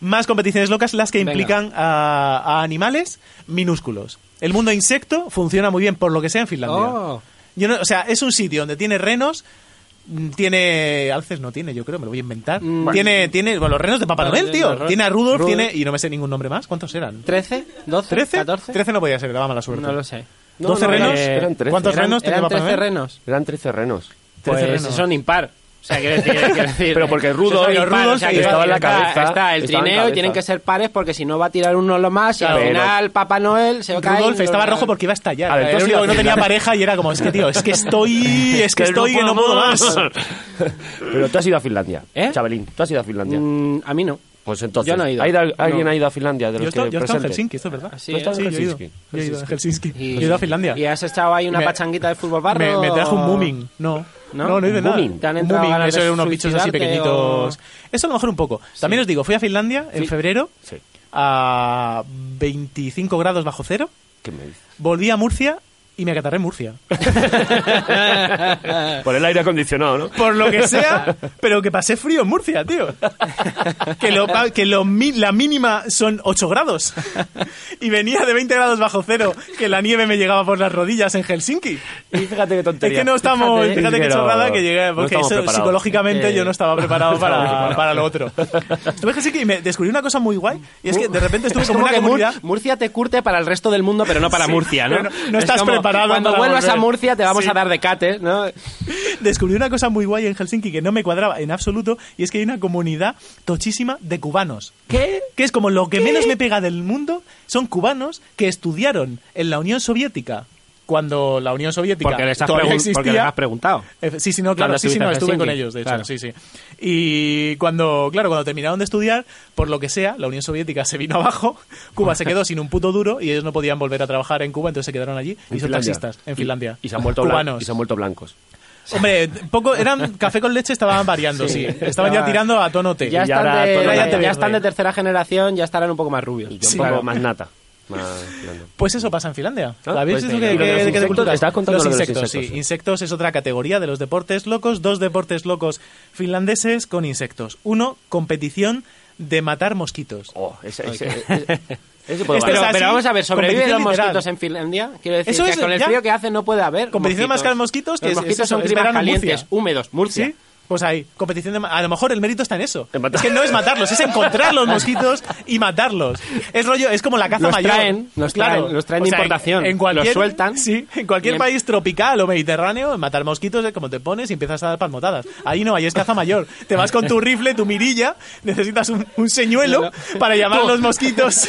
Más competiciones locas, las que
Venga.
implican a, a animales minúsculos. El mundo insecto funciona muy bien, por lo que sea, en Finlandia.
Oh.
Yo no- o sea, es un sitio donde tiene renos, mm, tiene... Alces no tiene, yo creo, me lo voy a inventar.
Mm.
Tiene, tiene bueno, los renos de Papá Noel, tío. Tiene a Rudolf, tiene... Y no me sé ningún nombre más. ¿Cuántos eran?
¿13? ¿12?
¿13?
¿14?
13 no podía ser, daba mala suerte.
No lo sé.
No,
12
no, eran-
renos.
eran 13.
¿Cuántos
Eran-
renos tenía
¿Eran
Papá
13
Noel?
renos?
Eran 13 renos.
Pues
13 renos.
son impar. O sea, quiero
*laughs*
decir, quiero decir-
Pero porque
esos
Rudolf-
son impar,
Rudolf
o sea,
sí,
que
estaba en la
está- Está
cabeza,
el
estaba en
trineo,
cabeza.
tienen que ser pares porque si no va a tirar uno lo más y al
Claro.
final Papá Noel se va a caer.
Rudolf
y-
estaba rojo porque iba a estallar.
A ver,
era el
entonces
único que no
sí,
tenía
sí.
pareja y era como, es que tío, es que
*laughs*
estoy, es que estoy que no puedo más.
Pero tú has ido a Finlandia,
¿Eh?
Chabelín, tú has ido a Finlandia.
Mm, a mí no.
Pues entonces,
Yo no he ido.
¿ha ¿alguien
No.
ha ido a Finlandia de
Yo
los
estoy,
que
yo he estado en
presentes?
Helsinki, esto es verdad.
Así
¿Tú
es.
estás
Sí,
en
yo he ido.
Helsinki?
Yo he ido a Helsinki.
¿eh? Y-
Yo he ido a Finlandia.
¿Y has estado ahí una
Me-
pachanguita de fútbol barro?
Me, me trajo un booming. No.
¿No?
No, no,
¿Un
hice nada.
booming?
¿Te han
Un
entrado
booming,
ganas
eso
de
eran unos bichos así
suicidarte
pequeñitos. Eso a lo mejor un poco. También os digo, fui a Finlandia en
Sí.
febrero
Sí.
a 25 grados bajo cero.
¿Qué me dices?
Volví a Murcia y me acatarré en Murcia.
Eh.
Por el aire acondicionado, ¿no?
por lo que sea, pero que pasé frío en Murcia, tío. Que, lo, pa- que lo mi- la mínima son 8 grados. Y venía de 20 grados bajo cero, que la nieve me llegaba por las rodillas en Helsinki.
Y fíjate qué
Es
tontería.
que no estamos,
Fíjate,
fíjate,
es
qué
no-
chorrada que llegué,
no
porque
estamos
eso,
preparados.
psicológicamente
Eh,
yo no estaba preparado para,
preparados.
para lo otro. Estuve en Helsinki y me descubrí una cosa muy guay, y es que de repente estuve
Es
como
como
una
que Mur-
comunidad...
Murcia te curte para el resto del mundo, pero no para Murcia, ¿no?
pero no- no estás
como,
preparado
Cuando
para
vuelvas
volver.
a Murcia te vamos
Sí.
a dar de cates, ¿no?
descubrí una cosa muy guay en Helsinki que no me cuadraba en absoluto y es que hay una comunidad tochísima de cubanos. ¿Qué? Que es como lo que menos me pega del mundo son cubanos que estudiaron en la Unión Soviética cuando la Unión Soviética
Porque les has,
todavía
pregun-
existía.
porque les has preguntado.
Eh, Sí, sí, no, claro,
Cuando
sí, sí, no,
estuviste
estuve
en
con
Helsinki.
ellos, de hecho,
Claro.
sí, sí. Y cuando, claro, cuando terminaron de estudiar, por lo que sea, la Unión Soviética se vino abajo, Cuba se quedó sin un puto duro y ellos no podían volver a trabajar en Cuba, entonces se quedaron allí y
En
son
Finlandia.
taxistas en
Y-
Finlandia.
Y, se han vuelto
cubanos.
blancos. Y se han vuelto blancos.
Hombre, poco eran café con leche, estaban variando, sí. Estaban ya tirando a tono té.
Ya,
Y
están,
ahora
de,
todo
ya
el año-
están de tercera generación, ya estarán un poco más rubios.
Yo
Sí.
un poco
Claro.
más nata.
*laughs*
Más blando.
Pues eso pasa en Finlandia.
Ah,
¿La habéis
pues
visto
mira.
que-
¿Y lo de
que-
los
que-
insectos?
cultura?
Estabas contando
los
lo de los
insectos,
insectos.
sí. Insectos es otra categoría de los deportes locos. Dos deportes locos finlandeses con insectos. Uno, competición de matar mosquitos.
Oh, ese, ese, ese- ese puedo
Esto
ganar.
Pero,
es así,
pero vamos a ver, ¿sobreviven los
competición literal.
mosquitos en Finlandia? Quiero decir
Eso
que
es,
con el
ya.
frío que hace no puede haber
Competición de
mosquitos.
mascar mosquitos, que
Los
es- es
mosquitos
eso,
son
es
climas
verano en Murcia.
calientes, húmedos, Murcia.
¿Sí? Pues ahí, competición de... ma- A lo mejor el mérito está en eso.
En matar.
Es que no es matarlos, es encontrar los mosquitos y matarlos. Es rollo, es como la caza
Los
mayor.
traen, los traen, los traen de
en-
importación.
En, cualquier,
Los sueltan.
Sí, en cualquier
Y en-
país tropical o mediterráneo, matar mosquitos es como te pones y empiezas a dar palmotadas. Ahí no, ahí es caza mayor. Te vas con tu rifle, tu mirilla, necesitas un, un señuelo para llamar los mosquitos.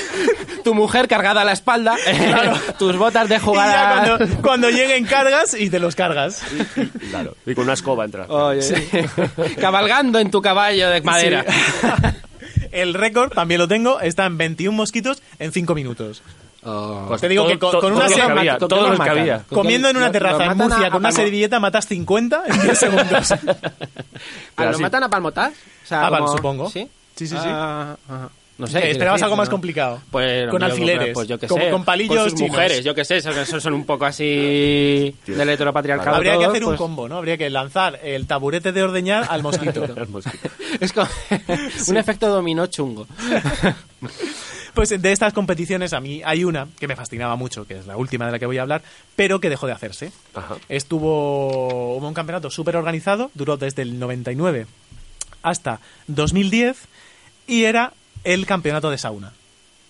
Tu mujer cargada a la
*laughs*
espalda, *laughs* tus botas de
y
*laughs* jugar a-
ya cuando, cuando lleguen cargas y te los cargas.
Claro. Y con una escoba entra.
*laughs*
Oh.
Oye, *laughs* cabalgando en tu caballo de madera.
Sí. *laughs* El récord, también lo tengo, está en 21 mosquitos en 5 minutos. Pues Te digo que con, con una
todos los que
serma-
había,
¿con qué
todos
los
los que
matan?
había.
Ah. ¿Con
Comiendo
qué-
en una
lo-
terraza
lo
en
matan
Murcia
a-
con
a
una
palmo-
servilleta matas 50 en 10
*laughs*
segundos.
Ah, ¿Lo
así.
matan a palmotas? O sea,
Ah, vale,
como-
supongo.
¿Sí?
Sí, sí, sí.
Ah, ah, ah. No sé.
Eh, esperabas
quiero
algo más
¿no?
complicado.
Pues,
Con
no, yo-
alfileres,
Pues yo qué sé.
con- con palillos
Con sus
chinos.
mujeres, yo qué sé. Son, son- son un poco así del heteropatriarcado.
Habría que
todo,
hacer un
pues-
combo, ¿no? Habría que lanzar el taburete de ordeñar al mosquito.
*laughs* *laughs* Es como un efecto dominó chungo.
Pues de estas competiciones a mí hay una que me fascinaba mucho, que es la última de la que voy a hablar, pero que dejó de hacerse.
Ajá.
Estuvo hubo un campeonato súper organizado, duró desde el 99 hasta 2010 y era el campeonato de sauna.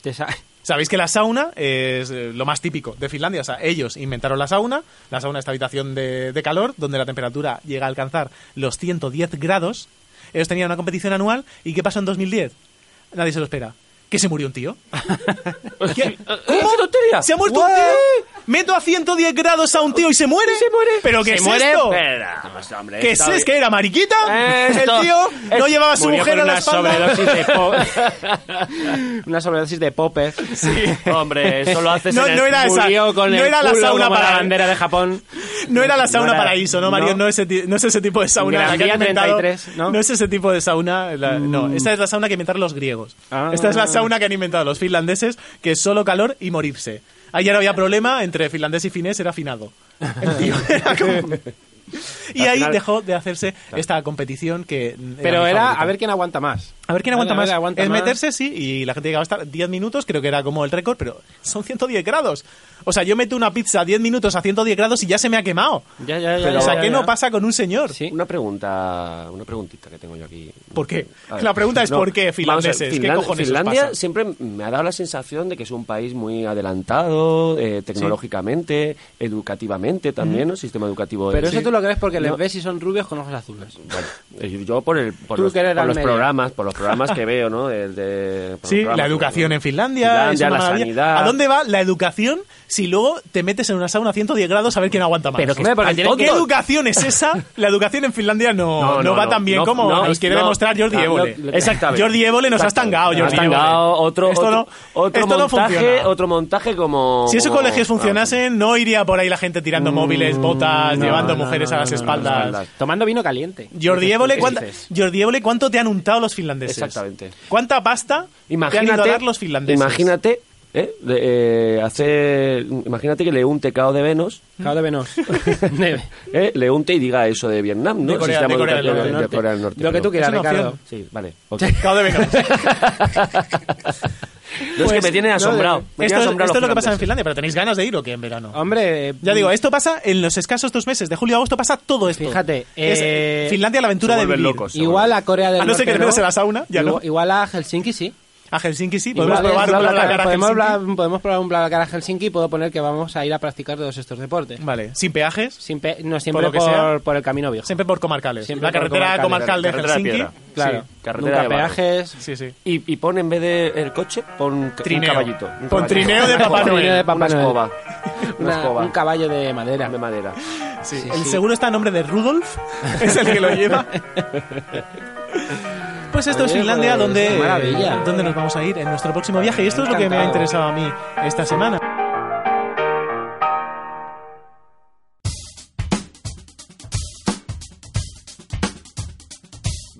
Te sa- *laughs*
Sabéis que la sauna es eh, lo más típico de Finlandia. O sea, ellos inventaron la sauna. La sauna es esta habitación de, de calor donde la temperatura llega a alcanzar los 110 grados. Ellos tenían una competición anual. ¿Y qué pasó en 2010? Nadie se lo espera. ¿Que se murió un
*laughs*
tío? ¿Qué?
¡Qué tontería!
¿Se ha muerto un tío? ¿Meto a 110 grados a un tío y se muere? ¿Pero qué
Se
es
muere,
esto?
Espera, pues, hombre,
¿Qué es,
está
es que era mariquita?
Esto-
el tío no
es-
llevaba a su
murió
mujer
por
a la
una
espalda.
sobredosis de po- *laughs* una sobredosis de popper.
bien. *laughs* Hombre, eso lo haces
No,
en el-
no era esa.
Murió con
no
el
era la
culo
sauna
como
para-
la bandera de Japón.
No era la sauna
No era-
paraíso, ¿no, Mario? No,
no.
es, ese, no es ese tipo de sauna.
Gran
la que
Vía
han inventado.
33, ¿no? Mm.
es ese tipo de sauna. la- No, esta es la sauna que inventaron los griegos.
Ah.
Esta es la sauna que han inventado los finlandeses, que es solo calor y morirse. Ayer había problema entre finlandés y finés, era afinado. El tío *laughs* era
*laughs*
como- Y
Al
ahí
final-
dejó de hacerse esta competición que...
Pero
mi
era
favorita.
a ver quién aguanta más.
A ver quién aguanta
a ver,
más.
aguanta
es
más.
meterse, sí, y la gente llegaba a estar 10 minutos, creo que era como el récord, pero son 110 grados. O sea, yo meto una pizza 10 minutos a 110 grados y ya se me ha quemado.
Ya, ya, ya.
Pero-
o sea,
ya,
¿qué
ya.
no pasa con un señor?
Sí.
Una pregunta, una preguntita que tengo yo aquí.
¿Por qué?
A ver.
La pregunta es
No,
¿por qué
vamos a ver,
finlandeses?
Finlan-
¿Qué cojones os
Finlandia
pasa?
siempre me ha dado la sensación de que es un país muy adelantado eh, tecnológicamente, educativamente también, ¿no? Sistema educativo.
Pero
es-
eso tú lo crees porque les
No.
ves y son rubios con ojos azules.
Bueno, eh, yo por, el, por
Tú
los,
que eres de
por los
Almería.
programas, por los programas que veo, ¿no? El de- por los
Sí,
programas
la
que
educación
veo.
en Finlandia,
Finlandia,
es una
la
maravilla.
sanidad.
¿A dónde va la educación si luego te metes en una sauna a 110 grados a ver quién aguanta más?
Pero que Hombre, porque están tienen
¿Qué
tontos.
educación es esa? La educación en Finlandia no, no, va tan bien
no,
como
no,
nos quiere
no, Ah,
demostrar Jordi
no,
Évole.
no, exactamente.
Jordi Évole nos has tangado, Jordi
Nos has tangado
Évole.
otro,
Esto
otro,
no-
otro
esto no
montaje,
funciona.
otro montaje como...
Si esos
como-
colegios funcionasen, no iría por ahí la gente
Mm,
tirando móviles, botas, llevando mujeres a las espaldas.
espaldas.
Tomando vino caliente.
Jordi Évole,
¿Qué
¿cuánta-
dices?
Jordi Évole, ¿cuánto te han untado los finlandeses?
Exactamente.
¿Cuánta pasta
Imagínate,
te han ido a dar los finlandeses?
Imagínate, ¿eh? De- eh, hacer, imagínate que le un tecado de Venus,
Cabo de Venus. Neve.
eh, le unte y diga eso de Vietnam, ¿no?
De Corea-
Sistema
de Corea del
educativo
Norte.
de Corea del Norte,
Lo que
perdón.
tú quieras,
Es una
Ricardo.
opción.
Sí, vale. ok.
Cao de
pues,
*laughs* menos.
No, es que me tiene asombrado. me tiene
Pues, Esto, es-
asombrado
esto es lo que
los
pasa en
finlandeses. Ah, mm.
Finlandia, pero tenéis ganas de ir o qué en verano.
Hombre,
Ya digo, esto pasa en los escasos dos meses, de julio a agosto pasa todo esto.
Fíjate,
Es,
eh,
Finlandia la aventura
se
de
vuelven
vivir.
locos.
mm, igual a Corea del
A no ser
Norte
que te metas en la sauna, ya
igual,
no.
igual a Helsinki sí.
A Helsinki sí, podemos
Igual-
probar
igual-
un la cara
podemos, hablar- podemos probar un Blablacar a Helsinki y puedo poner que vamos a ir a practicar todos estos deportes.
Vale, sin peajes,
Sin pe- no siempre
lo que
por,
sea.
por el camino viejo.
siempre por comarcales.
Siempre
la
por
carretera comarcal,
comarcales,
de
carretera de
Helsinki.
piedra.
claro.
sí, carretera
Nunca
de barro.
peajes.
Sí, sí.
Y, y pon en vez de el coche, pon un ca-
Trineo.
un caballito. *laughs* un
Pon
caballito.
trineo de
Una
Papá
escoba,
Noel.
de Papá
Una
Noel.
escoba. *laughs* Una
Una- un
escoba.
caballo de madera.
De madera.
Sí,
Sí,
el
sí.
seguro está a nombre de Rudolf, *laughs* es el que lo
*laughs*
lleva. Pues esto es
Oye,
Finlandia,
pues,
donde,
qué maravilla.
donde nos vamos a ir en nuestro próximo viaje. Y esto es lo que me ha
Encantado.
interesado a mí esta semana.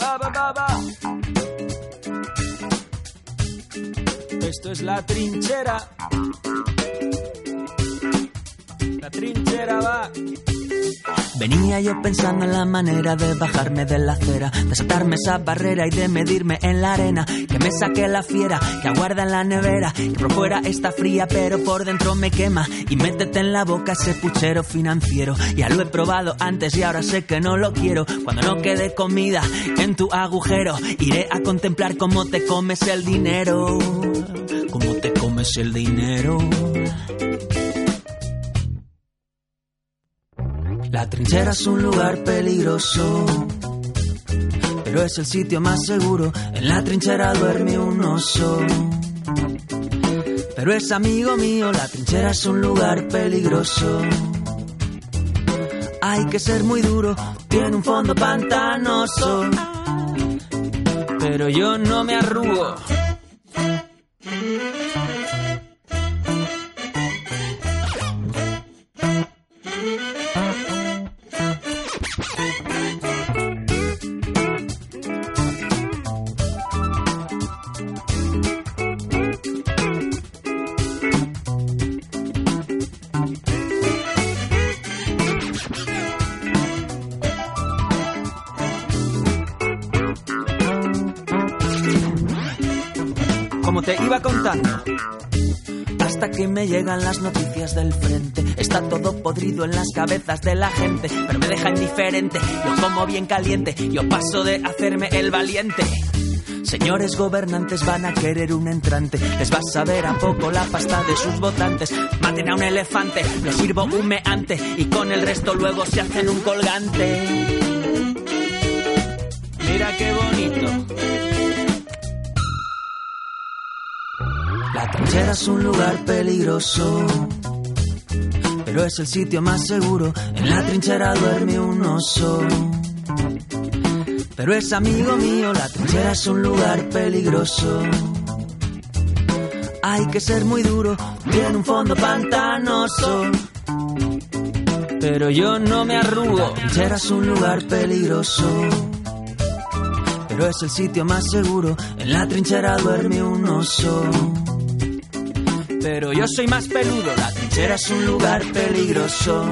Va, va, va, va. Esto es la trinchera. La trinchera va.
Venía yo pensando en la manera de bajarme de la acera, de saltarme esa barrera y de medirme en la arena. Que me saque la fiera, que aguarda en la nevera, que por fuera está fría pero por dentro me quema. Y métete en la boca ese puchero financiero. Ya lo he probado antes y ahora sé que no lo quiero. Cuando no quede comida en tu agujero, iré a contemplar cómo te comes el dinero. Cómo te comes el dinero. La trinchera es un lugar peligroso, pero es el sitio más seguro. En la trinchera duerme un oso. Pero es amigo mío, la trinchera es un lugar peligroso. Hay que ser muy duro, tiene un fondo pantanoso. Pero yo no me arrugo.
como te iba contando.
Hasta que me llegan las noticias del frente. Está todo podrido en las cabezas de la gente, pero me deja indiferente. Yo como bien caliente, yo paso de hacerme el valiente. Señores gobernantes van a querer un entrante. Les va a saber a poco la pasta de sus votantes. Maten a un elefante, lo sirvo humeante y con el resto luego se hacen un colgante. Mira qué bonito. La trinchera es un lugar peligroso, pero es el sitio más seguro. En la trinchera duerme un oso. Pero es amigo mío, la trinchera es un lugar peligroso. Hay que ser muy duro, tiene un fondo pantanoso. Pero yo no me arrugo. La trinchera es un lugar peligroso. Pero es el sitio más seguro, en la trinchera duerme un oso. Pero yo soy más peludo, la trinchera es un lugar peligroso.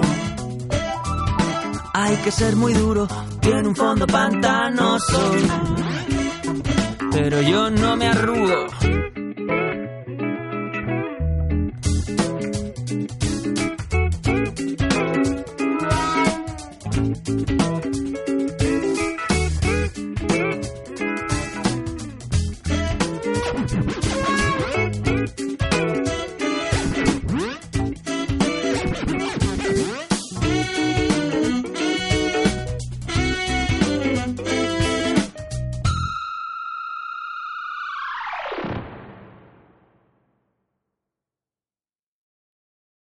Hay que ser muy duro, tiene un fondo pantanoso. Pero yo no me arrugo.